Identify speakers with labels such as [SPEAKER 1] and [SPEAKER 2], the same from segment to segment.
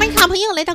[SPEAKER 1] 欢迎好朋友来到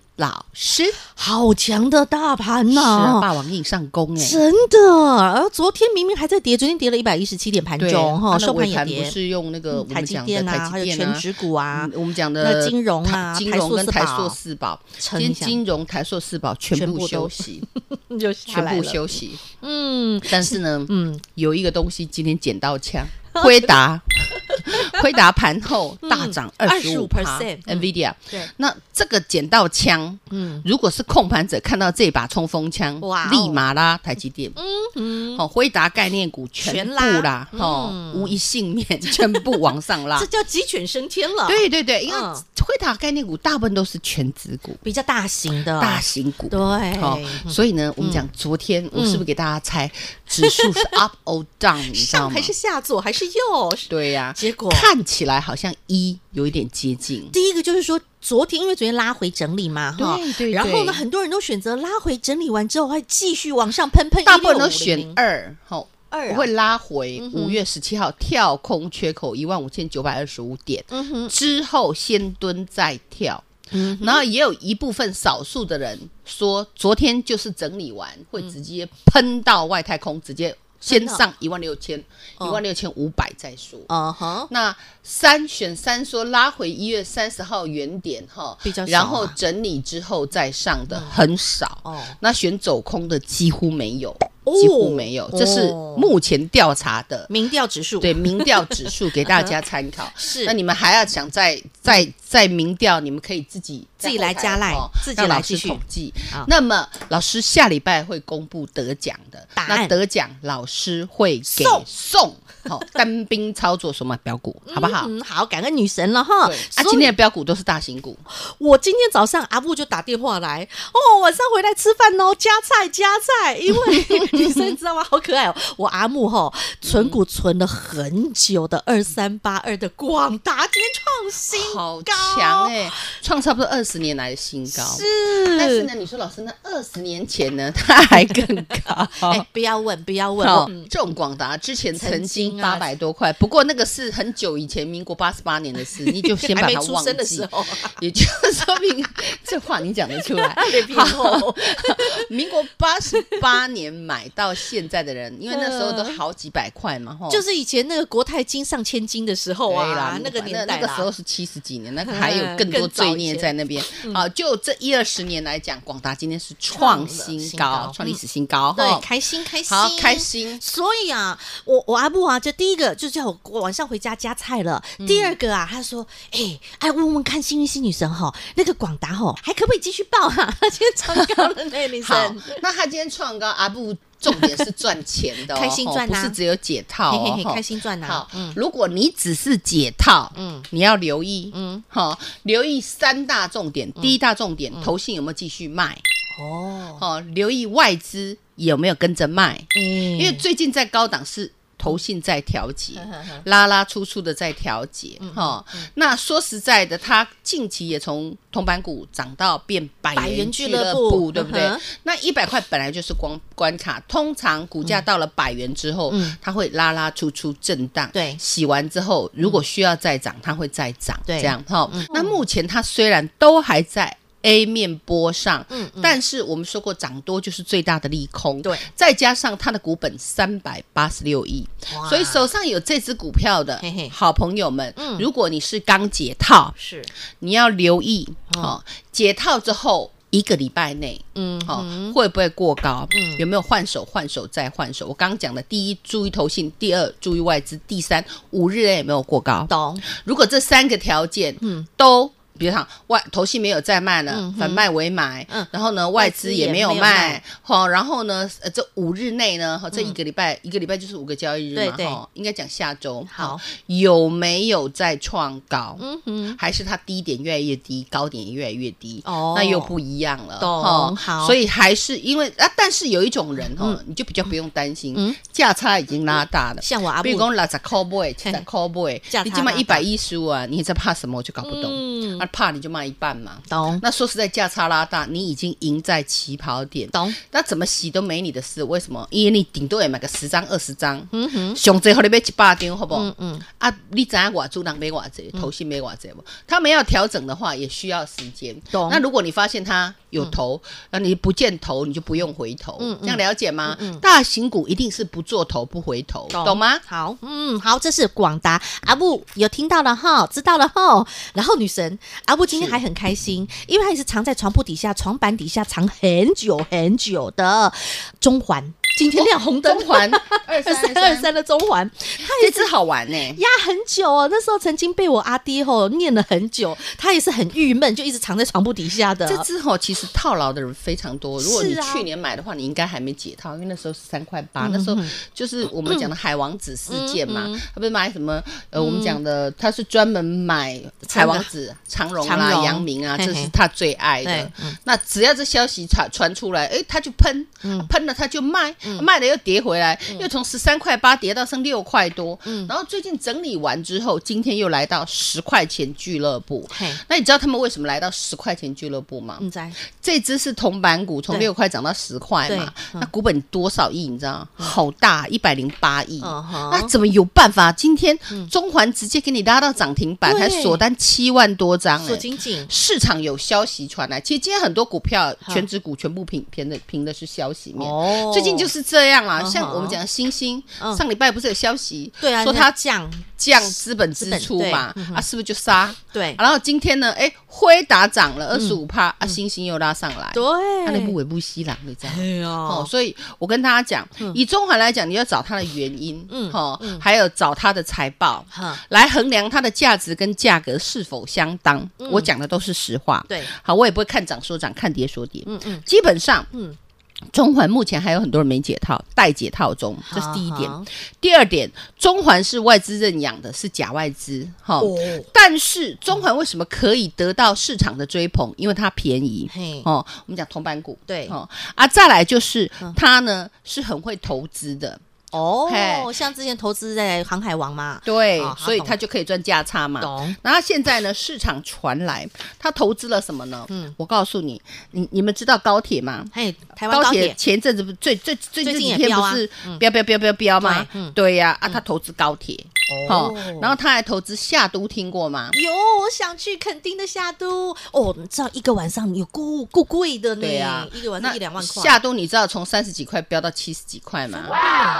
[SPEAKER 2] 老师，
[SPEAKER 1] 好强的大盘
[SPEAKER 2] 是啊
[SPEAKER 1] 呐、
[SPEAKER 2] 霸王硬上弓哎、
[SPEAKER 1] 真的。而昨天明明还在跌，昨天跌了一百一十七点，盘
[SPEAKER 2] 对
[SPEAKER 1] 中哈
[SPEAKER 2] 它的
[SPEAKER 1] 哦收盘
[SPEAKER 2] 尾
[SPEAKER 1] 啊也
[SPEAKER 2] 盘
[SPEAKER 1] 跌
[SPEAKER 2] 不，是用那个我
[SPEAKER 1] 嗯台
[SPEAKER 2] 们
[SPEAKER 1] 积
[SPEAKER 2] 讲的
[SPEAKER 1] 电啊，还
[SPEAKER 2] 台
[SPEAKER 1] 有
[SPEAKER 2] 积电
[SPEAKER 1] 全
[SPEAKER 2] 啊，
[SPEAKER 1] 指股啊
[SPEAKER 2] 嗯，我们讲
[SPEAKER 1] 那
[SPEAKER 2] 的
[SPEAKER 1] 金融
[SPEAKER 2] 台
[SPEAKER 1] 啊
[SPEAKER 2] 金
[SPEAKER 1] 台塑
[SPEAKER 2] 融跟
[SPEAKER 1] 四
[SPEAKER 2] 台
[SPEAKER 1] 宝
[SPEAKER 2] 塑四宝，今
[SPEAKER 1] 撑一
[SPEAKER 2] 天
[SPEAKER 1] 下
[SPEAKER 2] 金融台塑四宝全
[SPEAKER 1] 全部
[SPEAKER 2] 部
[SPEAKER 1] 都
[SPEAKER 2] 休息，
[SPEAKER 1] 就嗯
[SPEAKER 2] 全
[SPEAKER 1] 全
[SPEAKER 2] 部休息。
[SPEAKER 1] 嗯
[SPEAKER 2] 但是呢，
[SPEAKER 1] 嗯，
[SPEAKER 2] 有一个东西今天捡 到枪，辉达， 辉达盘后大涨
[SPEAKER 1] 嗯
[SPEAKER 2] 二十五
[SPEAKER 1] 25%
[SPEAKER 2] n v i d i a
[SPEAKER 1] 嗯对，
[SPEAKER 2] 那这个捡到枪，
[SPEAKER 1] 嗯
[SPEAKER 2] 如果是控盘者看到这把冲锋枪，
[SPEAKER 1] 哇哦
[SPEAKER 2] 立马拉台积电，
[SPEAKER 1] 嗯，
[SPEAKER 2] 哦，辉达概念股全部
[SPEAKER 1] 全
[SPEAKER 2] 啦
[SPEAKER 1] 拉，
[SPEAKER 2] 哦
[SPEAKER 1] 嗯，
[SPEAKER 2] 无一幸免，全部往上 拉
[SPEAKER 1] 这。叫鸡犬升天了，，
[SPEAKER 2] 对对对，因为
[SPEAKER 1] 嗯
[SPEAKER 2] 辉达概念股大部分都是全值股、
[SPEAKER 1] 比较大型的，
[SPEAKER 2] 大型股，
[SPEAKER 1] 对，
[SPEAKER 2] 好、
[SPEAKER 1] 嗯
[SPEAKER 2] 所以呢，我们讲昨天我是不是给大家猜指 数是 up or down，你知道
[SPEAKER 1] 上
[SPEAKER 2] 吗
[SPEAKER 1] 还？是下，左还是右？
[SPEAKER 2] 对呀、
[SPEAKER 1] 结 果
[SPEAKER 2] 看起来好像一有一点接近，
[SPEAKER 1] 第一个就是说，昨天因为昨天拉回整理嘛，哈，
[SPEAKER 2] 对对
[SPEAKER 1] 然后呢，
[SPEAKER 2] 对
[SPEAKER 1] 很多人都选择拉回整理完之后，还继续往上喷喷，
[SPEAKER 2] 大部分都选
[SPEAKER 1] 二
[SPEAKER 2] 二，好、
[SPEAKER 1] 二啊
[SPEAKER 2] 我会拉回
[SPEAKER 1] 嗯哼
[SPEAKER 2] 五月十七号跳空缺口一万五千九百二十五点
[SPEAKER 1] 嗯哼，
[SPEAKER 2] 之后，先蹲再跳。
[SPEAKER 1] 嗯
[SPEAKER 2] 然后也有一部分少数的人说，昨天就是整理完会直接喷到外太空，直接先
[SPEAKER 1] 真的
[SPEAKER 2] 上一万六千、一
[SPEAKER 1] 哦
[SPEAKER 2] 万六千五百再说。
[SPEAKER 1] 嗯哼，
[SPEAKER 2] 那三选三说拉回一月三十号原点哈，
[SPEAKER 1] 比较少啊
[SPEAKER 2] 然后整理之后再上的很少。
[SPEAKER 1] 哦，
[SPEAKER 2] 那选走空的几乎没有，
[SPEAKER 1] 哦
[SPEAKER 2] 几乎没有，这是目前调查的、
[SPEAKER 1] 民调指数
[SPEAKER 2] 对民调指数给大家 参考。
[SPEAKER 1] 是
[SPEAKER 2] 那你们还要想再再再民调，你们可嗯以自己
[SPEAKER 1] 自己来加赖
[SPEAKER 2] 哦
[SPEAKER 1] 自己
[SPEAKER 2] 让
[SPEAKER 1] 来
[SPEAKER 2] 老师
[SPEAKER 1] 继续
[SPEAKER 2] 统计
[SPEAKER 1] 啊。
[SPEAKER 2] 那么老师下礼拜会公布得奖的
[SPEAKER 1] 答案
[SPEAKER 2] 那得奖老师会给
[SPEAKER 1] 送
[SPEAKER 2] 送好单兵操作什么标股，好不好？
[SPEAKER 1] 嗯，好，感恩女神了哈。
[SPEAKER 2] 对啊，
[SPEAKER 1] 所以
[SPEAKER 2] 今天的标股都是大型股，
[SPEAKER 1] 我今天早上阿布就打电话来，哦，晚上回来吃饭哦，加菜加菜，因为女生知道吗？好可爱哦， 我阿木哈、存股存了很久的二三八二的广达今天创新
[SPEAKER 2] 好
[SPEAKER 1] 高
[SPEAKER 2] 强哎、创差不多二十年来的新高。
[SPEAKER 1] 是，
[SPEAKER 2] 但是呢，你说老师，那二十年前呢，它还更 高。
[SPEAKER 1] 哎、不要问，不要问，
[SPEAKER 2] 好
[SPEAKER 1] 嗯，
[SPEAKER 2] 这种广达之前曾
[SPEAKER 1] 曾
[SPEAKER 2] 经
[SPEAKER 1] 经啊
[SPEAKER 2] 八百多块，不过那个是很久以前，民国八十八年的 事，你就先
[SPEAKER 1] 还
[SPEAKER 2] 把
[SPEAKER 1] 没
[SPEAKER 2] 它
[SPEAKER 1] 出
[SPEAKER 2] 忘
[SPEAKER 1] 生的时
[SPEAKER 2] 记。
[SPEAKER 1] 候，
[SPEAKER 2] 也就说明这话你讲得出来。
[SPEAKER 1] 被骗后，
[SPEAKER 2] 民国八十八年买到现在的人，因为那时候都好几百块嘛，吼。
[SPEAKER 1] 就是以前那个国泰金上千金的时候
[SPEAKER 2] 对
[SPEAKER 1] 啊
[SPEAKER 2] 啦，，
[SPEAKER 1] 那个年代
[SPEAKER 2] 那个时候
[SPEAKER 1] 啦，
[SPEAKER 2] 是七十几年，那个还有更多
[SPEAKER 1] 更早以
[SPEAKER 2] 罪孽
[SPEAKER 1] 前嗯
[SPEAKER 2] 在那边。好，就这一二十年来讲，广达今天是
[SPEAKER 1] 创
[SPEAKER 2] 创
[SPEAKER 1] 了
[SPEAKER 2] 新
[SPEAKER 1] 新高嗯
[SPEAKER 2] 高，创历史新高，
[SPEAKER 1] 对，
[SPEAKER 2] 吼
[SPEAKER 1] 开心开心，
[SPEAKER 2] 好开心。
[SPEAKER 1] 所以啊，我我阿布啊，就第一个就叫我晚上回家夹菜了。
[SPEAKER 2] 嗯
[SPEAKER 1] 第二个啊，他说：“哎、哎，问问看幸运星女神哈，那个广达哈，还可不可以继续报啊？ 今天超高了呢，女
[SPEAKER 2] 好
[SPEAKER 1] 神。，
[SPEAKER 2] 那他今天创高，阿布重点是赚钱的 哦，
[SPEAKER 1] 开心赚啊
[SPEAKER 2] 不是只有解套
[SPEAKER 1] 嘿
[SPEAKER 2] 哦，
[SPEAKER 1] 嘿嘿，
[SPEAKER 2] 吼
[SPEAKER 1] 开。心赚呐、
[SPEAKER 2] 好，
[SPEAKER 1] 嗯
[SPEAKER 2] 如果你只是解套，
[SPEAKER 1] 嗯
[SPEAKER 2] 你要留意，
[SPEAKER 1] 嗯，
[SPEAKER 2] 好，留意三大重点。第一大重点，投信有没有继续卖？
[SPEAKER 1] 哦，哎
[SPEAKER 2] 哦，留意外资有没有跟着卖，
[SPEAKER 1] 因
[SPEAKER 2] 因为最近在高档是投信在调节。
[SPEAKER 1] 嗯
[SPEAKER 2] 拉拉出出的在调节哈。那说实在的，它近期也从铜板股涨到变百
[SPEAKER 1] 百元
[SPEAKER 2] 元
[SPEAKER 1] 俱
[SPEAKER 2] 俱
[SPEAKER 1] 乐
[SPEAKER 2] 乐
[SPEAKER 1] 部
[SPEAKER 2] 部，对不对
[SPEAKER 1] 嗯哼？
[SPEAKER 2] 那一百块本来就是光关卡，通常股价到了百元之后
[SPEAKER 1] 嗯，
[SPEAKER 2] 它会拉拉出出震荡，
[SPEAKER 1] 对
[SPEAKER 2] 洗完之后如果需要再涨，它会再涨，
[SPEAKER 1] 对嗯
[SPEAKER 2] 这样哈。那目前它虽然都还在。A 面波上，
[SPEAKER 1] 嗯
[SPEAKER 2] 但是我们说过，涨多就是最大的利空，
[SPEAKER 1] 对，
[SPEAKER 2] 再加上它的股本三百八十六亿，
[SPEAKER 1] 哇
[SPEAKER 2] 所以手上有这只股票的
[SPEAKER 1] 嘿嘿
[SPEAKER 2] 好朋友们，
[SPEAKER 1] 嗯
[SPEAKER 2] 如果你是刚解套，
[SPEAKER 1] 是
[SPEAKER 2] 你要留意哦，解套之后。一个礼拜内，
[SPEAKER 1] 嗯
[SPEAKER 2] 哦，会不会过高？有没有换手、换手再换手？我刚刚讲的，第一注意投信，第二注意外资，第三五日内有没有过高？
[SPEAKER 1] 懂
[SPEAKER 2] 如果这三个条件，嗯，都比如讲外投信没有再卖了，
[SPEAKER 1] 嗯哼
[SPEAKER 2] 反卖为买，
[SPEAKER 1] 嗯
[SPEAKER 2] 然后呢
[SPEAKER 1] 外
[SPEAKER 2] 外
[SPEAKER 1] 资
[SPEAKER 2] 资
[SPEAKER 1] 也
[SPEAKER 2] 也没
[SPEAKER 1] 没
[SPEAKER 2] 有
[SPEAKER 1] 有
[SPEAKER 2] 卖
[SPEAKER 1] 卖，嗯
[SPEAKER 2] 好、然后呢呃这五日内呢，哈、这一个礼拜、一个礼拜就是五个交易日嘛，
[SPEAKER 1] 对对
[SPEAKER 2] 齁应该讲下周
[SPEAKER 1] 好
[SPEAKER 2] 齁有没有再创高？
[SPEAKER 1] 嗯哼，
[SPEAKER 2] 还是它低点越来越低，高点也越来越低，
[SPEAKER 1] 哦
[SPEAKER 2] 那又不一样了，
[SPEAKER 1] 懂
[SPEAKER 2] 齁
[SPEAKER 1] 好
[SPEAKER 2] 所以还是因为啊，但是有一种人哈、齁你就比较不用担心，
[SPEAKER 1] 嗯
[SPEAKER 2] 价差已经拉大了，
[SPEAKER 1] 像我阿
[SPEAKER 2] 比如
[SPEAKER 1] 布，
[SPEAKER 2] 讲六十块买，七十块买
[SPEAKER 1] 啊价差，
[SPEAKER 2] 你起码
[SPEAKER 1] 拉
[SPEAKER 2] 一
[SPEAKER 1] 大
[SPEAKER 2] 百一十五啊，你在怕什么？我就搞不懂。
[SPEAKER 1] 嗯
[SPEAKER 2] 那、怕你就卖一半嘛。
[SPEAKER 1] 懂
[SPEAKER 2] 那说实在，价差拉大，你已经赢在起跑点。
[SPEAKER 1] 懂，
[SPEAKER 2] 那怎么洗都没你的事，为什么？因为你顶多也买个十张、二十张，
[SPEAKER 1] 嗯哼，
[SPEAKER 2] 上最后你买一百张，好不好？
[SPEAKER 1] 嗯嗯，
[SPEAKER 2] 啊，你怎样寡租人没寡贼，投信没寡贼不？他们要调整的话，也需要时间。
[SPEAKER 1] 懂
[SPEAKER 2] 那如果你发现他有头，那、你不见头，你就不用回头，
[SPEAKER 1] 嗯嗯嗯
[SPEAKER 2] 这样了解吗？大型股一定是不做头不回头，
[SPEAKER 1] 懂
[SPEAKER 2] 懂吗？
[SPEAKER 1] 好，嗯，好，这是广达阿布有听到了哈，知道了哈。然后女神阿布今天还很开心，因为她也是藏在床铺底下、床板底下藏很久很久的中环，今天亮红灯
[SPEAKER 2] 哦中，环二
[SPEAKER 1] 二 三二，三的中环，她也
[SPEAKER 2] 这
[SPEAKER 1] 是
[SPEAKER 2] 只好玩呢、欸
[SPEAKER 1] 压很久哦。那时候曾经被我阿爹吼念了很久，她也是很郁闷，就一直藏在床铺底下的。
[SPEAKER 2] 这只吼其实套牢的人非常多。如果你
[SPEAKER 1] 是啊嗯
[SPEAKER 2] 去年买的话，你应该还没解套，因为那时候是三块八，那时候就是我们讲的海王子事件嘛，他不是买什么
[SPEAKER 1] 嗯
[SPEAKER 2] 呃，我们讲的他是专门买海王子、长荣
[SPEAKER 1] 长
[SPEAKER 2] 啦、
[SPEAKER 1] 荣
[SPEAKER 2] 阳明啊，
[SPEAKER 1] 嘿嘿
[SPEAKER 2] 这是他最爱
[SPEAKER 1] 对嗯
[SPEAKER 2] 的。那只要这消息传传出来，哎，他就喷，
[SPEAKER 1] 嗯
[SPEAKER 2] 喷了他就卖，卖了又跌回来，又从十三块八跌到剩六块多，
[SPEAKER 1] 嗯
[SPEAKER 2] 然后最近整理完之后，今天又来到十块钱俱乐部。
[SPEAKER 1] 嘿，
[SPEAKER 2] 那你知道他们为什么来到十块钱俱乐部吗？
[SPEAKER 1] 你在
[SPEAKER 2] 这只是铜板股，从
[SPEAKER 1] 对
[SPEAKER 2] 六块涨到十块嘛
[SPEAKER 1] 对。
[SPEAKER 2] 那股本多少亿？你知道？好大，一百零八亿。
[SPEAKER 1] 嗯哼
[SPEAKER 2] 那怎么有办法？今天中环直接给你拉到涨停板，
[SPEAKER 1] 嗯对
[SPEAKER 2] 还锁单七万多张、
[SPEAKER 1] 锁
[SPEAKER 2] 欸。
[SPEAKER 1] 紧紧，
[SPEAKER 2] 市场有消息传来，其实今天很多股票
[SPEAKER 1] 好
[SPEAKER 2] 全指股全部平平的平的是消息面。
[SPEAKER 1] 嗯哦
[SPEAKER 2] 最近就是这样啦，
[SPEAKER 1] 嗯哼
[SPEAKER 2] 像我们讲的星星，
[SPEAKER 1] 嗯
[SPEAKER 2] 上礼拜不是有消息
[SPEAKER 1] 对啊，
[SPEAKER 2] 说
[SPEAKER 1] 他
[SPEAKER 2] 它
[SPEAKER 1] 降
[SPEAKER 2] 降资本
[SPEAKER 1] 资
[SPEAKER 2] 支
[SPEAKER 1] 本
[SPEAKER 2] 出
[SPEAKER 1] 对
[SPEAKER 2] 嘛
[SPEAKER 1] 嗯？哼
[SPEAKER 2] 啊，是不是就杀？
[SPEAKER 1] 对
[SPEAKER 2] 然后今天呢，哎，辉达涨了二十五趴，啊，星星又拉上来，
[SPEAKER 1] 嗯
[SPEAKER 2] 啊
[SPEAKER 1] 对，
[SPEAKER 2] 他那部尾部西朗你知道吗？
[SPEAKER 1] 哎
[SPEAKER 2] 哦
[SPEAKER 1] 呦，，
[SPEAKER 2] 所以我跟大家讲，以中环来讲，你要找它的原因，
[SPEAKER 1] 嗯
[SPEAKER 2] 嗯，哦，还有找它的财报，
[SPEAKER 1] 哈，
[SPEAKER 2] 来衡量它的价值跟价格是否相当。我讲的都是实话，
[SPEAKER 1] 嗯对，
[SPEAKER 2] 好，我也不会看涨说涨，看跌说跌。
[SPEAKER 1] 嗯嗯
[SPEAKER 2] 基本上，
[SPEAKER 1] 嗯
[SPEAKER 2] 嗯，中环目前还有很多人没解套，待解套中，这是第一点。
[SPEAKER 1] 好
[SPEAKER 2] 第二点，中环是外资认养的，是假外资，哈、
[SPEAKER 1] 哦，
[SPEAKER 2] 但是中环为什么可以得到市场的追捧？因为它便宜
[SPEAKER 1] 嘿，
[SPEAKER 2] 哦。我们讲铜板股，
[SPEAKER 1] 对嗯
[SPEAKER 2] 哦啊，再来就是它呢是很会投资的，
[SPEAKER 1] 哦，
[SPEAKER 2] 嘿
[SPEAKER 1] 像之前投资在航海王嘛，
[SPEAKER 2] 对，
[SPEAKER 1] 哦它
[SPEAKER 2] 所以
[SPEAKER 1] 懂
[SPEAKER 2] 它就可以赚价差嘛。
[SPEAKER 1] 懂
[SPEAKER 2] 然后现在呢，市场传来它投资了什么呢？嗯，我告诉你，你你们知道高铁吗？
[SPEAKER 1] 嘿，台湾高铁
[SPEAKER 2] 前阵子不最最最
[SPEAKER 1] 最
[SPEAKER 2] 这
[SPEAKER 1] 近也
[SPEAKER 2] 几天
[SPEAKER 1] 飙
[SPEAKER 2] 不
[SPEAKER 1] 啊
[SPEAKER 2] 是飙飙飙飙飙吗
[SPEAKER 1] 对嗯？
[SPEAKER 2] 对呀，啊，他投资高铁，哦，然后
[SPEAKER 1] 后。
[SPEAKER 2] 他还投资夏都，听过吗？
[SPEAKER 1] 有，我想去垦丁的夏都哦，你知道一个晚上有够够贵的呢，
[SPEAKER 2] 对呀，
[SPEAKER 1] 一个晚上
[SPEAKER 2] 那
[SPEAKER 1] 一两万块，
[SPEAKER 2] 夏都你知道从三十几块飙到七十几块吗？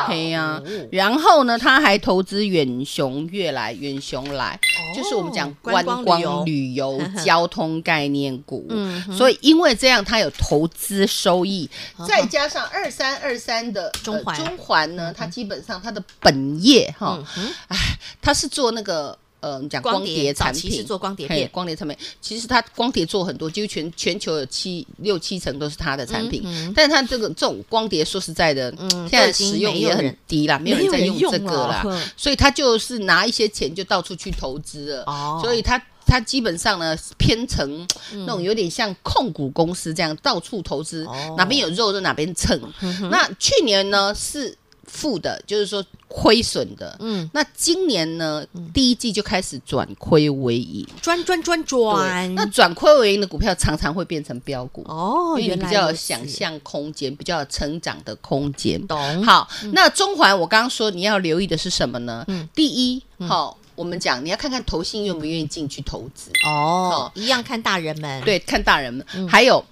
[SPEAKER 2] 对呀
[SPEAKER 1] 哦，
[SPEAKER 2] 然后呢，他还投资远雄悦来，远雄来
[SPEAKER 1] 哦
[SPEAKER 2] 就是我们讲
[SPEAKER 1] 观
[SPEAKER 2] 观
[SPEAKER 1] 光旅游
[SPEAKER 2] 光旅游
[SPEAKER 1] 呵呵
[SPEAKER 2] 交通概念股
[SPEAKER 1] 嗯，
[SPEAKER 2] 所以因为这样，他有投资收益，再加上二三二三的呃
[SPEAKER 1] 中环
[SPEAKER 2] 中环呢，它基本上它的本业哈
[SPEAKER 1] 嗯，哼，
[SPEAKER 2] 它是做那个。呃，我们讲
[SPEAKER 1] 光
[SPEAKER 2] 哦光
[SPEAKER 1] 碟
[SPEAKER 2] 碟产
[SPEAKER 1] 早期
[SPEAKER 2] 品，
[SPEAKER 1] 是做光碟
[SPEAKER 2] 嘿
[SPEAKER 1] 片
[SPEAKER 2] 光碟产品，其实它光碟做很多，几乎全全球有七六七成都是它的产品。但是它这个这种光碟，说实在的，
[SPEAKER 1] 嗯
[SPEAKER 2] 现在
[SPEAKER 1] 都已经
[SPEAKER 2] 使用
[SPEAKER 1] 没有
[SPEAKER 2] 也
[SPEAKER 1] 人
[SPEAKER 2] 很低啦，没有人在用这个
[SPEAKER 1] 了
[SPEAKER 2] 啦，
[SPEAKER 1] 嗯
[SPEAKER 2] 所以他就是拿一些钱就到处去投资了。
[SPEAKER 1] 哦嗯
[SPEAKER 2] 所以他他基本上呢偏成那种有点像控股公司这样到处投资，
[SPEAKER 1] 哦嗯
[SPEAKER 2] 哪边有肉就哪边蹭。那去年呢是负的，就是说亏损的。
[SPEAKER 1] 嗯，
[SPEAKER 2] 那今年呢，第一季就开始转亏为盈。
[SPEAKER 1] 转转转
[SPEAKER 2] 对，
[SPEAKER 1] 转，
[SPEAKER 2] 那转亏为盈的股票常常会变成标股，
[SPEAKER 1] 哦，
[SPEAKER 2] 因为
[SPEAKER 1] 原
[SPEAKER 2] 你
[SPEAKER 1] 来
[SPEAKER 2] 比较有
[SPEAKER 1] 如此
[SPEAKER 2] 想，象空间，比较有成长的空间。
[SPEAKER 1] 懂嗯
[SPEAKER 2] 好，那中环我刚刚说你要留意的是什么呢？第一，
[SPEAKER 1] 嗯
[SPEAKER 2] 好、我们讲你要看看投信愿不愿意进去投资，
[SPEAKER 1] 哦，一样看大人们，，
[SPEAKER 2] 对，看大人们，还有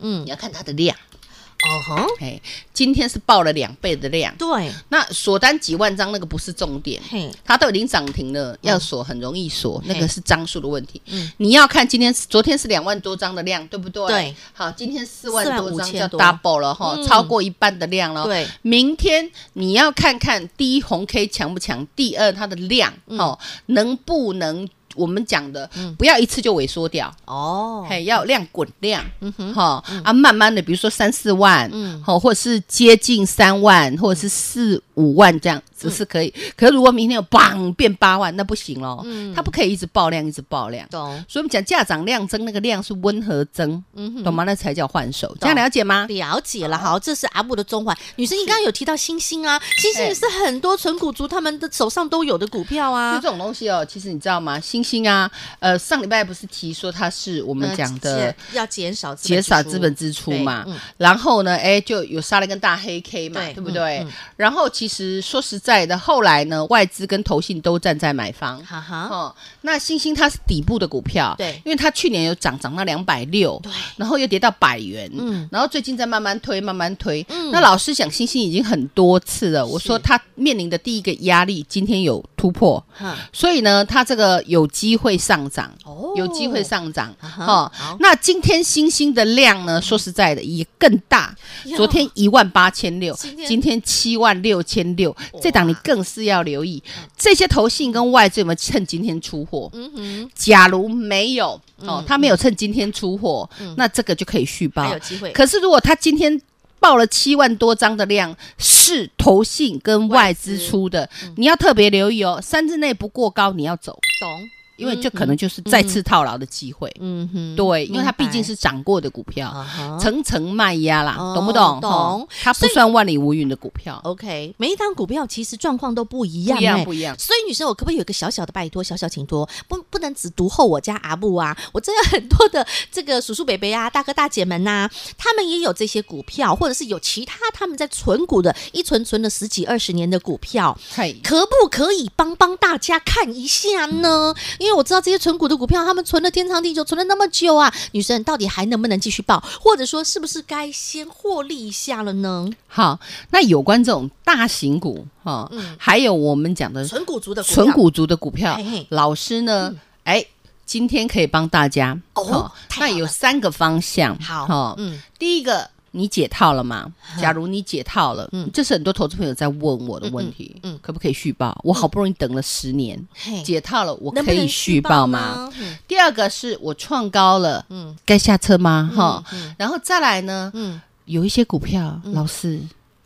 [SPEAKER 1] 嗯
[SPEAKER 2] 你，要看它的量，
[SPEAKER 1] 哦哼，
[SPEAKER 2] 哎，今天是爆了两倍的量，
[SPEAKER 1] 对，
[SPEAKER 2] 那锁单几万张那个不是重点。
[SPEAKER 1] 嘿，
[SPEAKER 2] 它都已经涨停了，要锁很容易锁，
[SPEAKER 1] 嗯
[SPEAKER 2] 那
[SPEAKER 1] 嘿
[SPEAKER 2] 个是张数的问题。
[SPEAKER 1] 嗯
[SPEAKER 2] 你要看今天是昨天是两万多张的量，对不对？
[SPEAKER 1] 对。
[SPEAKER 2] 好，今天四万多张
[SPEAKER 1] 45,000
[SPEAKER 2] 叫
[SPEAKER 1] 多
[SPEAKER 2] double 了哈，
[SPEAKER 1] 嗯
[SPEAKER 2] 超过一半的量了。
[SPEAKER 1] 对，
[SPEAKER 2] 明天
[SPEAKER 1] 嗯
[SPEAKER 2] 你要看看第一红 K 强不强，第二它的量哦能不能。我们讲的，不要一次就萎缩掉，
[SPEAKER 1] 哦，嗯
[SPEAKER 2] 嘿，要量滚量，好啊，慢慢的，比如说三四万，好，或者是接近三万，或者是四五万这样子是可以。
[SPEAKER 1] 嗯
[SPEAKER 2] 可是如果明天有砰变八万，那不行喽，它不可以一直爆量，一直爆量。
[SPEAKER 1] 懂，
[SPEAKER 2] 所以我们讲价涨量增，那个量是温和增，
[SPEAKER 1] 嗯
[SPEAKER 2] 懂吗？那才叫换手，这样了解吗？
[SPEAKER 1] 了解了。好，这是阿布的中环。女生，你刚刚有提到星星啊，星星也是很多纯股族他们的手上都有的股票
[SPEAKER 2] 就
[SPEAKER 1] 啊。
[SPEAKER 2] 这种东西哦，其实你知道吗？星星啊，呃，上礼拜不是提说它是我们讲的
[SPEAKER 1] 呃要减少资本
[SPEAKER 2] 减少
[SPEAKER 1] 支出
[SPEAKER 2] 资本支出嘛，
[SPEAKER 1] 对嗯
[SPEAKER 2] 然后呢，哎，就有杀了一根大黑 K 嘛，
[SPEAKER 1] 对
[SPEAKER 2] 对不对？然后其实说实在的，后来呢，外资跟投信都站在买方。
[SPEAKER 1] 哈哈，
[SPEAKER 2] 哦，那星星它是底部的股票，
[SPEAKER 1] 啊对
[SPEAKER 2] 因为它去年有涨，涨到两百六，
[SPEAKER 1] 对
[SPEAKER 2] 然后又跌到百元，
[SPEAKER 1] 嗯
[SPEAKER 2] 嗯，然后最近在慢慢推，慢慢推。那老师讲星星已经很多次了，我说它面临的第一个压力，今天有突破，
[SPEAKER 1] 哈
[SPEAKER 2] 所以呢，它这个有机会上涨，
[SPEAKER 1] 哦
[SPEAKER 2] 有机会上涨
[SPEAKER 1] 啊哈
[SPEAKER 2] 哦
[SPEAKER 1] 好。嗯
[SPEAKER 2] 那今天星星的量呢，说实在的也更大
[SPEAKER 1] 哟，
[SPEAKER 2] 昨天一万八千六
[SPEAKER 1] 今天，
[SPEAKER 2] 今天七万六千六，这档你更是要留意。这些投信跟外资有没有趁今天出货？
[SPEAKER 1] 嗯哼，
[SPEAKER 2] 假如没有哦，他没有趁今天出货，
[SPEAKER 1] 嗯
[SPEAKER 2] 那这个就可以续
[SPEAKER 1] 还
[SPEAKER 2] 报
[SPEAKER 1] 有。机会。
[SPEAKER 2] 可是如果他今天报了七万多张的量，是投信跟外
[SPEAKER 1] 外
[SPEAKER 2] 资
[SPEAKER 1] 资嗯
[SPEAKER 2] 出的，你要特别留意哦。三日内不过高，你要走，
[SPEAKER 1] 懂，
[SPEAKER 2] 因为这可能就是再次套牢的机会。
[SPEAKER 1] 嗯哼，
[SPEAKER 2] 对，因为它毕
[SPEAKER 1] 明
[SPEAKER 2] 竟
[SPEAKER 1] 白
[SPEAKER 2] 是涨过的股票，
[SPEAKER 1] 啊哈
[SPEAKER 2] 层层卖压啦
[SPEAKER 1] 哦，
[SPEAKER 2] 懂不懂？
[SPEAKER 1] 懂
[SPEAKER 2] 哦它不算万里无云的股票，
[SPEAKER 1] OK，每一档股票其实状况都不一样、
[SPEAKER 2] 不
[SPEAKER 1] 欸，
[SPEAKER 2] 一样不一样。
[SPEAKER 1] 所以女生，我可不可以有一个小小的拜托，小小请托，不不能只独厚我家阿布啊，我真的很多的这个叔叔伯伯啊、大哥大姐们呐、他们也有这些股票，或者是有其他他们在存股的，一存存了十几二十年的股票，
[SPEAKER 2] 嗨，
[SPEAKER 1] 可不可以帮帮大家看一下呢？因为我知道这些存股的股票，他们存了天长地久，存了那么久啊，女生到底还能不能继续报，或者说是不是该先获利一下了呢？
[SPEAKER 2] 好，那有关这种大型股哈，还有我们讲的
[SPEAKER 1] 嗯存嗯股族的股票哎
[SPEAKER 2] 纯股族的股票
[SPEAKER 1] 嘿嘿，
[SPEAKER 2] 老师呢，哎，今天可以帮大家
[SPEAKER 1] 哦
[SPEAKER 2] 哈
[SPEAKER 1] 太好
[SPEAKER 2] 那
[SPEAKER 1] 了
[SPEAKER 2] 有三个方向，
[SPEAKER 1] 好，
[SPEAKER 2] 哈
[SPEAKER 1] 嗯，
[SPEAKER 2] 第一个，你解套了吗？假如你解套了，
[SPEAKER 1] 嗯
[SPEAKER 2] 这是很多投资朋友在问我的问题，
[SPEAKER 1] 嗯嗯嗯
[SPEAKER 2] 可不可以续报？我好不容易等了十年，
[SPEAKER 1] 嘿
[SPEAKER 2] 解套了，我
[SPEAKER 1] 能不
[SPEAKER 2] 可以
[SPEAKER 1] 能
[SPEAKER 2] 续报吗？
[SPEAKER 1] 呢？嗯
[SPEAKER 2] 第二个是我创高了，
[SPEAKER 1] 嗯
[SPEAKER 2] 嗯，该下车吗？哈、
[SPEAKER 1] 嗯
[SPEAKER 2] 然后再来呢，
[SPEAKER 1] 嗯，
[SPEAKER 2] 有一些股票，老师。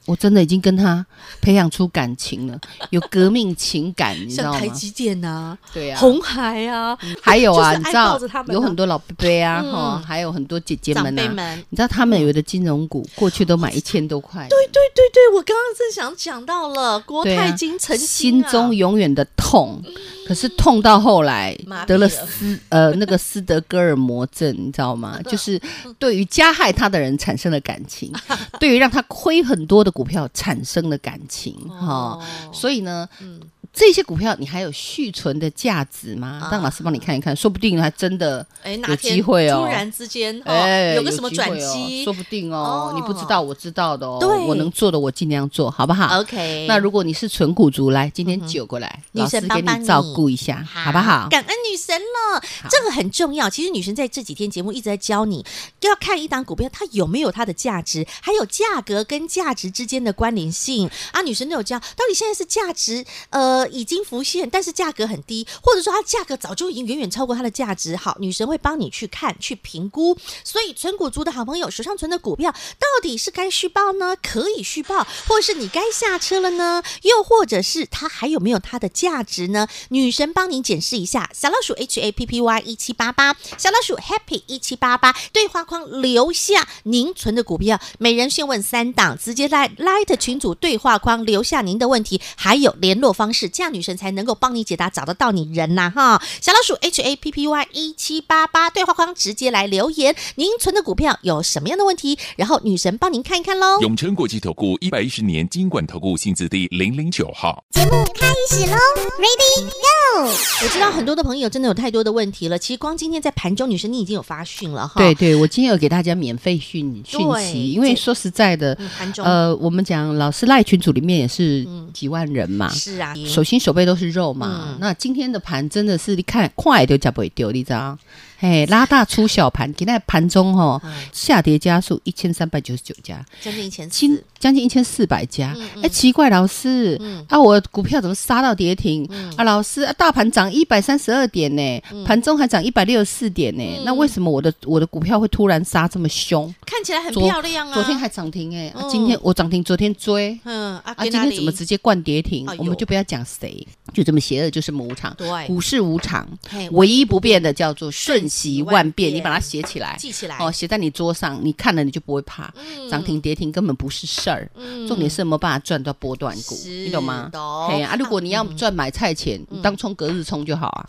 [SPEAKER 2] 我真的已经跟他培养出感情 了，有革命情感，你知
[SPEAKER 1] 像
[SPEAKER 2] 道
[SPEAKER 1] 台
[SPEAKER 2] 吗？
[SPEAKER 1] 积电啊、
[SPEAKER 2] 对呀、
[SPEAKER 1] 红海啊，
[SPEAKER 2] 还有啊，
[SPEAKER 1] 就是
[SPEAKER 2] 你
[SPEAKER 1] 爱
[SPEAKER 2] 知道
[SPEAKER 1] 抱着他们啊
[SPEAKER 2] 有很多老伯伯啊，
[SPEAKER 1] 嗯
[SPEAKER 2] 哈、还有很多姐姐
[SPEAKER 1] 长
[SPEAKER 2] 们
[SPEAKER 1] 辈
[SPEAKER 2] 啊，
[SPEAKER 1] 们。
[SPEAKER 2] 你知道他们有的金融股过去都买一千多块，
[SPEAKER 1] 哦对对对对，我刚刚正想讲到了国
[SPEAKER 2] 对啊
[SPEAKER 1] 泰金、曾经
[SPEAKER 2] 心
[SPEAKER 1] 啊
[SPEAKER 2] 中永远的痛，可是痛到后来
[SPEAKER 1] 麻痹
[SPEAKER 2] 得
[SPEAKER 1] 了
[SPEAKER 2] 了斯呃那个斯德哥尔摩症，你知道吗？ 就是
[SPEAKER 1] 嗯
[SPEAKER 2] 对于加害他的人产生了感情，对于让他亏很多的股票产生了感情哈、
[SPEAKER 1] 哦
[SPEAKER 2] 所以呢，这些股票你还有续存的价值
[SPEAKER 1] 啊
[SPEAKER 2] 吗？让老师帮你看一看，说不定还真的
[SPEAKER 1] 哎，哪
[SPEAKER 2] 有
[SPEAKER 1] 天
[SPEAKER 2] 机会哦
[SPEAKER 1] 突然之间
[SPEAKER 2] 哎
[SPEAKER 1] 哦，有个什么转
[SPEAKER 2] 有机会哦
[SPEAKER 1] 机
[SPEAKER 2] 说不定哦
[SPEAKER 1] 哦，
[SPEAKER 2] 你不知道，我知道的哦
[SPEAKER 1] 对，
[SPEAKER 2] 我能做的我尽量做，好不好？
[SPEAKER 1] ？OK，
[SPEAKER 2] 啊那如果你是纯股族，来今天九个来，
[SPEAKER 1] 女
[SPEAKER 2] 老
[SPEAKER 1] 神
[SPEAKER 2] 师
[SPEAKER 1] 帮
[SPEAKER 2] 给
[SPEAKER 1] 帮
[SPEAKER 2] 你
[SPEAKER 1] 嗯你
[SPEAKER 2] 照顾一下，好不好？
[SPEAKER 1] 感恩女神了，这个很重要。其实女神在这几天节目一直在教你，要看一档股票它有没有它的价值，还有价格跟价值之间的关联性啊。女神都有教，到底现在是价值呃已经浮现，但是价格很低，或者说它价格早就已经远远超过它的价值。好，女神会帮你去看去评估。所以存股族的好朋友手上存的股票到底是该续报呢？可以续报，或是你该下车了呢？又或者是它还有没有它的价值呢？女神帮您检视一下，小老鼠 H A P P Y 一七八八，小老鼠 Happy 一七八八，对话框留下您存的股票，每人询问三档，直接在 Light 群组对话框留下您的问题，还有联络方式，这样女神才能够帮你解答，找得到你人呐、哈。小老鼠 H A P P Y 一七八八，对话框直接来留言，您存的股票有什么样的问题，然后女神帮您看一看喽。
[SPEAKER 3] 永诚国际投顾一百一十年金管投顾性质第零零九号。
[SPEAKER 1] 我知道很多的朋友真的有太多的问题了，其实光今天在盘中，女神你已经有发讯了哈。
[SPEAKER 2] 对对，我今天有给大家免费讯讯
[SPEAKER 1] 对
[SPEAKER 2] 息，因为
[SPEAKER 1] 这
[SPEAKER 2] 说实在的
[SPEAKER 1] 嗯，，盘中、
[SPEAKER 2] 呃，我们讲老师赖群组里面也是几万人嘛，
[SPEAKER 1] 是嗯啊，
[SPEAKER 2] 手心手背都是肉嘛。那今天的盘真的是你看，快都夹不会丢，你知道？嘿，拉大出小盘，今天盘中哈
[SPEAKER 1] 嗯
[SPEAKER 2] 下跌家数一千三百九十九家，
[SPEAKER 1] 将近一千
[SPEAKER 2] 今
[SPEAKER 1] 四，
[SPEAKER 2] 将近一千四百家。哎、
[SPEAKER 1] 嗯
[SPEAKER 2] 奇怪，老师，啊，我股票怎么杀到跌停？
[SPEAKER 1] 嗯
[SPEAKER 2] 啊，老师，啊、大盘涨一百三十二点呢，盘中还涨一百六十四点呢，
[SPEAKER 1] 嗯
[SPEAKER 2] 那为什么我的我的股票会突然杀这么凶？
[SPEAKER 1] 看起来很
[SPEAKER 2] 昨
[SPEAKER 1] 漂亮啊。
[SPEAKER 2] 昨天还涨停哎、啊
[SPEAKER 1] 嗯
[SPEAKER 2] 今天我涨停，昨天追。
[SPEAKER 1] 嗯啊，
[SPEAKER 2] 啊，
[SPEAKER 1] 给
[SPEAKER 2] 今
[SPEAKER 1] 哪
[SPEAKER 2] 天
[SPEAKER 1] 里
[SPEAKER 2] 怎么直接灌跌停？
[SPEAKER 1] 哎呦
[SPEAKER 2] 我们就不要讲谁，就这么邪恶，就是无常。
[SPEAKER 1] 对哎
[SPEAKER 2] 股市无常
[SPEAKER 1] 嘿，
[SPEAKER 2] 唯一不变的叫做瞬息万
[SPEAKER 1] 瞬息万
[SPEAKER 2] 变。
[SPEAKER 1] 变
[SPEAKER 2] 你把它写起来，
[SPEAKER 1] 记起来？
[SPEAKER 2] 哦，写在你桌上，你看了你就不会怕。
[SPEAKER 1] 嗯
[SPEAKER 2] 涨停跌停根本不是事儿，重点是有没有办法赚到波段股，
[SPEAKER 1] 是
[SPEAKER 2] 你懂吗？
[SPEAKER 1] 懂嗯
[SPEAKER 2] 嘿啊，如果你要赚买菜钱，你当冲隔日冲就好啊。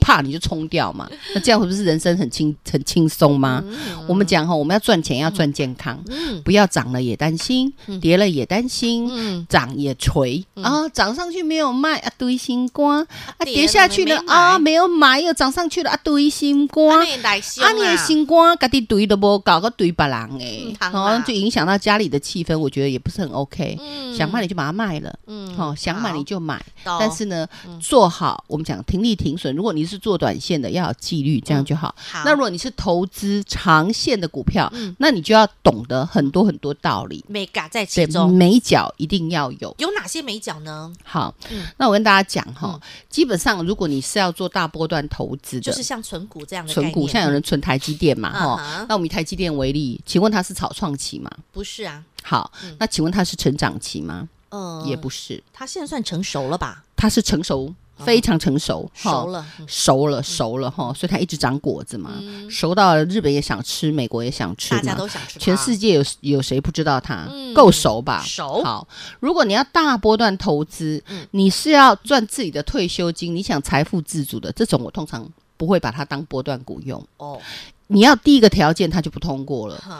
[SPEAKER 2] 怕你就冲掉嘛，那这样是不是人生很轻很轻松吗？
[SPEAKER 1] 嗯
[SPEAKER 2] 我们讲哈，我们要赚钱要赚健康，不要涨了也担心，跌了也担心，
[SPEAKER 1] 嗯
[SPEAKER 2] 涨也垂啊，涨上去没有卖啊，堆心瓜啊，
[SPEAKER 1] 跌
[SPEAKER 2] 跌
[SPEAKER 1] 了
[SPEAKER 2] 下去
[SPEAKER 1] 没
[SPEAKER 2] 了
[SPEAKER 1] 买
[SPEAKER 2] 啊，没有买，又涨上去了啊，堆心瓜
[SPEAKER 1] 啊，你来修
[SPEAKER 2] 啊，你的心肝家己对都无搞个对别人
[SPEAKER 1] 嗯
[SPEAKER 2] 诶，
[SPEAKER 1] 通啦
[SPEAKER 2] 就影响到家里的气氛，我觉得也不是很 OK。想卖你就把它卖了，
[SPEAKER 1] 嗯
[SPEAKER 2] 好、想买你就买，
[SPEAKER 1] 懂
[SPEAKER 2] 但是呢，做好我们讲停利停损。如果你是做短线的，要有纪律，这样就好。
[SPEAKER 1] 嗯好
[SPEAKER 2] 那如果你是投资长线的股票，
[SPEAKER 1] 嗯
[SPEAKER 2] 那你就要懂得很多很多道理。
[SPEAKER 1] 美感在其
[SPEAKER 2] 对，
[SPEAKER 1] 中，
[SPEAKER 2] 美角一定要有。
[SPEAKER 1] 有哪些美角呢？
[SPEAKER 2] 好，
[SPEAKER 1] 嗯
[SPEAKER 2] 那我跟大家讲哈，基本上如果你是要做大波段投资的，
[SPEAKER 1] 就是像存股这样的概
[SPEAKER 2] 存股，
[SPEAKER 1] 念
[SPEAKER 2] 现在有人存台积电嘛，
[SPEAKER 1] 嗯
[SPEAKER 2] 哈、
[SPEAKER 1] 哼
[SPEAKER 2] 那我们以台积电为例，请问它是草创期吗？
[SPEAKER 1] 不是啊，
[SPEAKER 2] 好，那请问它是成长期吗？
[SPEAKER 1] 嗯，
[SPEAKER 2] 也，不是，
[SPEAKER 1] 他现在算成熟了吧？
[SPEAKER 2] 它是成熟，非常成熟，哈
[SPEAKER 1] 嗯熟。了，嗯
[SPEAKER 2] 熟了，熟了哈，所以它一直长果子嘛，熟到了日本也想吃，美国也想吃
[SPEAKER 1] 大
[SPEAKER 2] 嘛，
[SPEAKER 1] 家都想吃它，
[SPEAKER 2] 全世界有有谁不知道它？
[SPEAKER 1] 嗯
[SPEAKER 2] 够熟吧？
[SPEAKER 1] 熟嗯
[SPEAKER 2] 好，如果你要大波段投资，你是要赚自己的退休金，你想财富自主的这种，我通常不会把它当波段股用。
[SPEAKER 1] 哦，
[SPEAKER 2] 你要第一个条件，它就不通过了。
[SPEAKER 1] 哼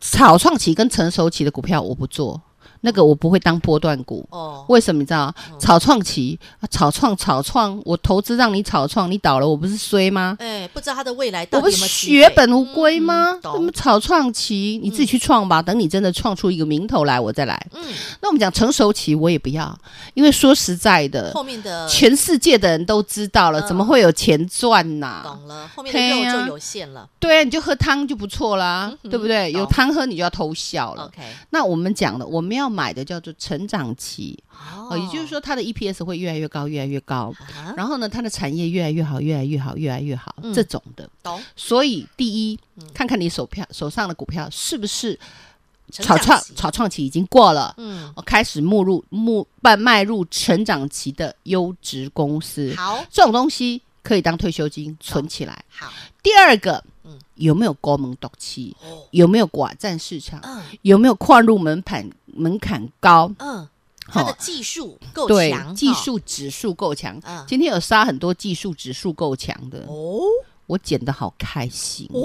[SPEAKER 2] 草创期跟成熟期的股票我不做，那个我不会当波段股。
[SPEAKER 1] 哦，
[SPEAKER 2] 为什么你知道？草创期，啊草创，草创，我投资让你草创，你倒了，我不是衰吗？
[SPEAKER 1] 哎，不知道他的未来
[SPEAKER 2] 我
[SPEAKER 1] 到
[SPEAKER 2] 不
[SPEAKER 1] 底有
[SPEAKER 2] 是
[SPEAKER 1] 没有机
[SPEAKER 2] 血
[SPEAKER 1] 会
[SPEAKER 2] 本无归吗？
[SPEAKER 1] 嗯懂
[SPEAKER 2] 什么草创期，你自己去创吧，等你真的创出一个名头来，我再来。
[SPEAKER 1] 嗯，
[SPEAKER 2] 那我们讲成熟期，我也不要，因为说实在的，
[SPEAKER 1] 后面的
[SPEAKER 2] 全世界的人都知道了，
[SPEAKER 1] 嗯
[SPEAKER 2] 怎么会有钱赚呐、
[SPEAKER 1] 懂了，后面的
[SPEAKER 2] 嘿
[SPEAKER 1] 肉
[SPEAKER 2] 啊呀
[SPEAKER 1] 就有限了。
[SPEAKER 2] 对啊，你就喝汤就不错啦，对不对？
[SPEAKER 1] 嗯懂嗯
[SPEAKER 2] 有汤喝你就要偷笑了。
[SPEAKER 1] OK，
[SPEAKER 2] 那我们讲的，我们要买的叫做成长期，
[SPEAKER 1] 哦
[SPEAKER 2] 哦，也就是，说它的 EPS 会越来越高，越来越高。
[SPEAKER 1] 啊
[SPEAKER 2] 然后呢，它的产业越来越好，越来越好，越来越好，
[SPEAKER 1] 嗯
[SPEAKER 2] 这种的。
[SPEAKER 1] 懂
[SPEAKER 2] 所以，第一，看看你手票手上的股票是不是
[SPEAKER 1] 成
[SPEAKER 2] 草
[SPEAKER 1] 长
[SPEAKER 2] 创
[SPEAKER 1] 期
[SPEAKER 2] 草创期已经过了，
[SPEAKER 1] 嗯，
[SPEAKER 2] 哦开始没入没半迈入成长期的优质公司，
[SPEAKER 1] 好
[SPEAKER 2] 这种东西可以当退休金存起来。
[SPEAKER 1] 好，
[SPEAKER 2] 第二个
[SPEAKER 1] 嗯，
[SPEAKER 2] 有没有高门独期？
[SPEAKER 1] 哦，
[SPEAKER 2] 有没有寡占市场？
[SPEAKER 1] 嗯
[SPEAKER 2] 有没有跨入门槛门槛高？
[SPEAKER 1] 嗯，他的
[SPEAKER 2] 哦
[SPEAKER 1] 技术够
[SPEAKER 2] 对
[SPEAKER 1] 强，，
[SPEAKER 2] 技
[SPEAKER 1] 哦
[SPEAKER 2] 术指数够强
[SPEAKER 1] 嗯。
[SPEAKER 2] 今天有杀很多技术指数够强的，
[SPEAKER 1] 哦
[SPEAKER 2] 我剪的好开心，
[SPEAKER 1] 哦，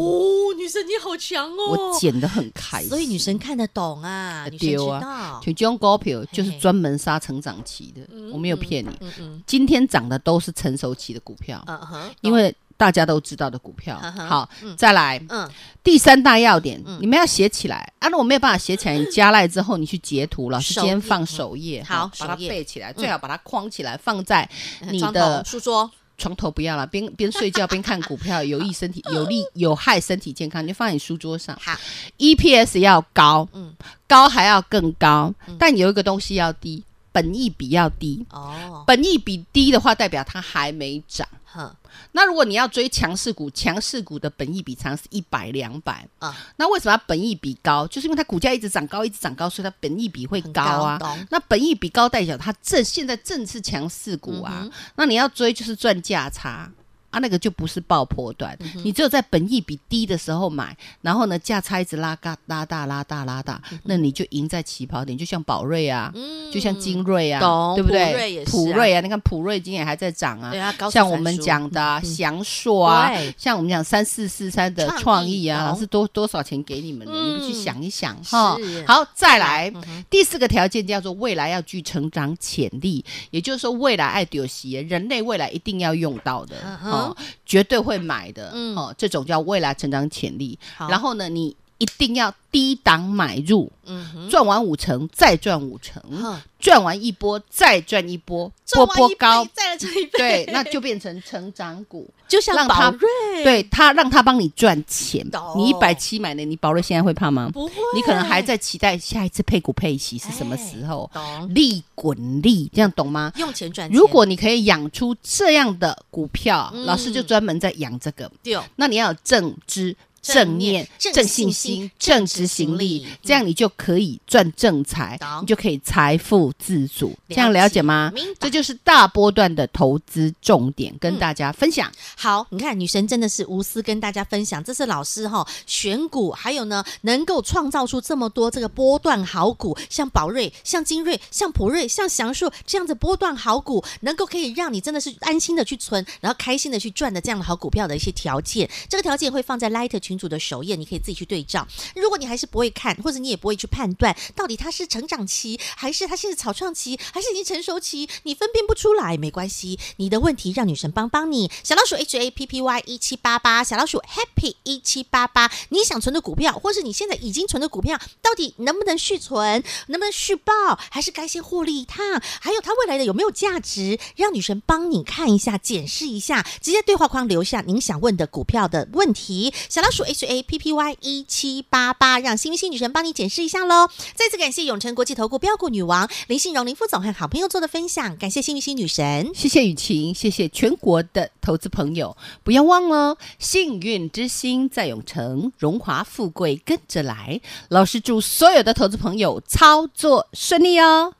[SPEAKER 1] 女神你好强哦，
[SPEAKER 2] 我剪的很开心。
[SPEAKER 1] 所以女神看得懂啊，
[SPEAKER 2] 呃
[SPEAKER 1] 女神知
[SPEAKER 2] 对啊
[SPEAKER 1] 道，
[SPEAKER 2] 全中股票就是
[SPEAKER 1] 嘿嘿
[SPEAKER 2] 专门杀成长期的，我没有骗你。
[SPEAKER 1] 嗯嗯
[SPEAKER 2] 今天涨的都是成熟期的股票，
[SPEAKER 1] 嗯哼，
[SPEAKER 2] 因为大家都知道的股票。
[SPEAKER 1] 嗯哼
[SPEAKER 2] 好，再来
[SPEAKER 1] 嗯
[SPEAKER 2] 第三大要点，你们要写起来。啊，如果没有办法写起来，你加赖之后你去截图，老师
[SPEAKER 1] 首
[SPEAKER 2] 今
[SPEAKER 1] 页嗯
[SPEAKER 2] 天放首页，
[SPEAKER 1] 好
[SPEAKER 2] 把它
[SPEAKER 1] 首页
[SPEAKER 2] 背起来，最好把它框起来，放在你
[SPEAKER 1] 床
[SPEAKER 2] 的
[SPEAKER 1] 头书桌
[SPEAKER 2] 床头不要了，边边睡觉边看股票，有益 身体，有利有害身体健康，你就放在你书桌上。
[SPEAKER 1] 好
[SPEAKER 2] EPS 要高，
[SPEAKER 1] 嗯
[SPEAKER 2] 高还要更高，但有一个东西要低，本益比要低。
[SPEAKER 1] 哦，
[SPEAKER 2] 本益比低的话，代表它还没涨。
[SPEAKER 1] 哼
[SPEAKER 2] 那如果你要追强势股，强势股的本益比常是一百、两百
[SPEAKER 1] 啊
[SPEAKER 2] 那为什么它本益比高？就是因为它股价一直涨高，一直涨高，所以它本益比会
[SPEAKER 1] 很
[SPEAKER 2] 高啊。
[SPEAKER 1] 懂
[SPEAKER 2] 那本益比高代表它正现在正是强势股啊，
[SPEAKER 1] 嗯
[SPEAKER 2] 那你要追就是赚价差。啊，那个就不是爆破段，
[SPEAKER 1] 嗯
[SPEAKER 2] 你只有在本益比低的时候买，然后呢价差一直拉大拉大拉大拉大，那你就赢在起跑点，就像宝瑞啊，
[SPEAKER 1] 嗯
[SPEAKER 2] 就像精锐啊，
[SPEAKER 1] 懂
[SPEAKER 2] 对不对？
[SPEAKER 1] 普瑞也是啊
[SPEAKER 2] 普瑞啊，你看普瑞今年还在涨啊
[SPEAKER 1] 对，啊，高速
[SPEAKER 2] 像我们
[SPEAKER 1] 传输
[SPEAKER 2] 讲的啊翔硕啊
[SPEAKER 1] 嗯对，
[SPEAKER 2] 像我们讲三四四三的
[SPEAKER 1] 创意
[SPEAKER 2] 创意啊，
[SPEAKER 1] 懂
[SPEAKER 2] 老师多多少钱给你们的，你们去
[SPEAKER 1] 嗯
[SPEAKER 2] 想一想哈
[SPEAKER 1] 是。嗯
[SPEAKER 2] 好，再来第四个条件叫做未来要具成长潜力，也就是说未来爱丢席，人类未来一定要用到的
[SPEAKER 1] 嗯哼
[SPEAKER 2] 哦，绝对会买的
[SPEAKER 1] 嗯
[SPEAKER 2] 哦，这种叫未来成长潜力。
[SPEAKER 1] 好
[SPEAKER 2] 然后呢，你一定要低档买入，
[SPEAKER 1] 嗯哼，
[SPEAKER 2] 赚完五成再赚五成，
[SPEAKER 1] 哼
[SPEAKER 2] 赚完一波再赚一波，
[SPEAKER 1] 赚
[SPEAKER 2] 波
[SPEAKER 1] 完
[SPEAKER 2] 波
[SPEAKER 1] 一倍
[SPEAKER 2] 高，
[SPEAKER 1] 再来赚一倍，
[SPEAKER 2] 对，那就变成成长股。
[SPEAKER 1] 就像
[SPEAKER 2] 让
[SPEAKER 1] 宝
[SPEAKER 2] 它
[SPEAKER 1] 瑞，，
[SPEAKER 2] 对他让他帮你赚钱
[SPEAKER 1] 嗯懂，
[SPEAKER 2] 你一百七买的，你保了现在会怕吗？
[SPEAKER 1] 不会，
[SPEAKER 2] 你可能还在期待下一次配股配息是什么时候，
[SPEAKER 1] 懂，
[SPEAKER 2] 利滚利，这样懂吗？
[SPEAKER 1] 用钱哎赚钱。
[SPEAKER 2] 如果你可以养出这样的股票，
[SPEAKER 1] 嗯
[SPEAKER 2] 老师就专门在养这个。
[SPEAKER 1] 丢，
[SPEAKER 2] 那你要有正知、
[SPEAKER 1] 正
[SPEAKER 2] 正念、
[SPEAKER 1] 念
[SPEAKER 2] 正信
[SPEAKER 1] 正信
[SPEAKER 2] 心
[SPEAKER 1] 心、
[SPEAKER 2] 正执行
[SPEAKER 1] 正执
[SPEAKER 2] 力
[SPEAKER 1] 行力，
[SPEAKER 2] 这样你就可以赚正财
[SPEAKER 1] 懂，
[SPEAKER 2] 你就可以财富自主。
[SPEAKER 1] 解
[SPEAKER 2] 这样了解吗
[SPEAKER 1] 明白？嗯
[SPEAKER 2] 这就是大波段的投资重点，跟大家分享。
[SPEAKER 1] 好，你看女神真的是无私跟大家分享，这是老师哈、选股，还有呢能够创造出这么多这个波段好股，像宝瑞、像精锐、像普瑞、像祥硕这样子波段好股，能够可以让你真的是安心的去存，然后开心的去赚的这样的好股票的一些条件，这个条件会放在 Light 群组的首页，你可以自己去对照。如果你还是不会看，或者你也不会去判断到底它是成长期，还是它现在草创期，还是已经成熟期，你分辨不出来，没关系，你的问题让女神帮帮你。小老鼠 H A P P Y 一七八八，小老鼠 Happy 一七八八，你想存的股票，或是你现在已经存的股票，到底能不能续存，能不能续报，还是该先获利一趟？还有它未来的有没有价值？让女神帮你看一下，检视一下，直接对话框留下您想问的股票的问题。小老鼠 H A P P Y 一七八八，让幸运星女神帮你检视一下喽。再次感谢永诚国际投顾标股女王林信荣林副总和好朋友做的分享，感谢幸运星女神。
[SPEAKER 2] 谢谢雨晴，谢谢全国的投资朋友，不要忘了哦，幸运之星在永城，荣华富贵跟着来。老师祝所有的投资朋友操作顺利哦。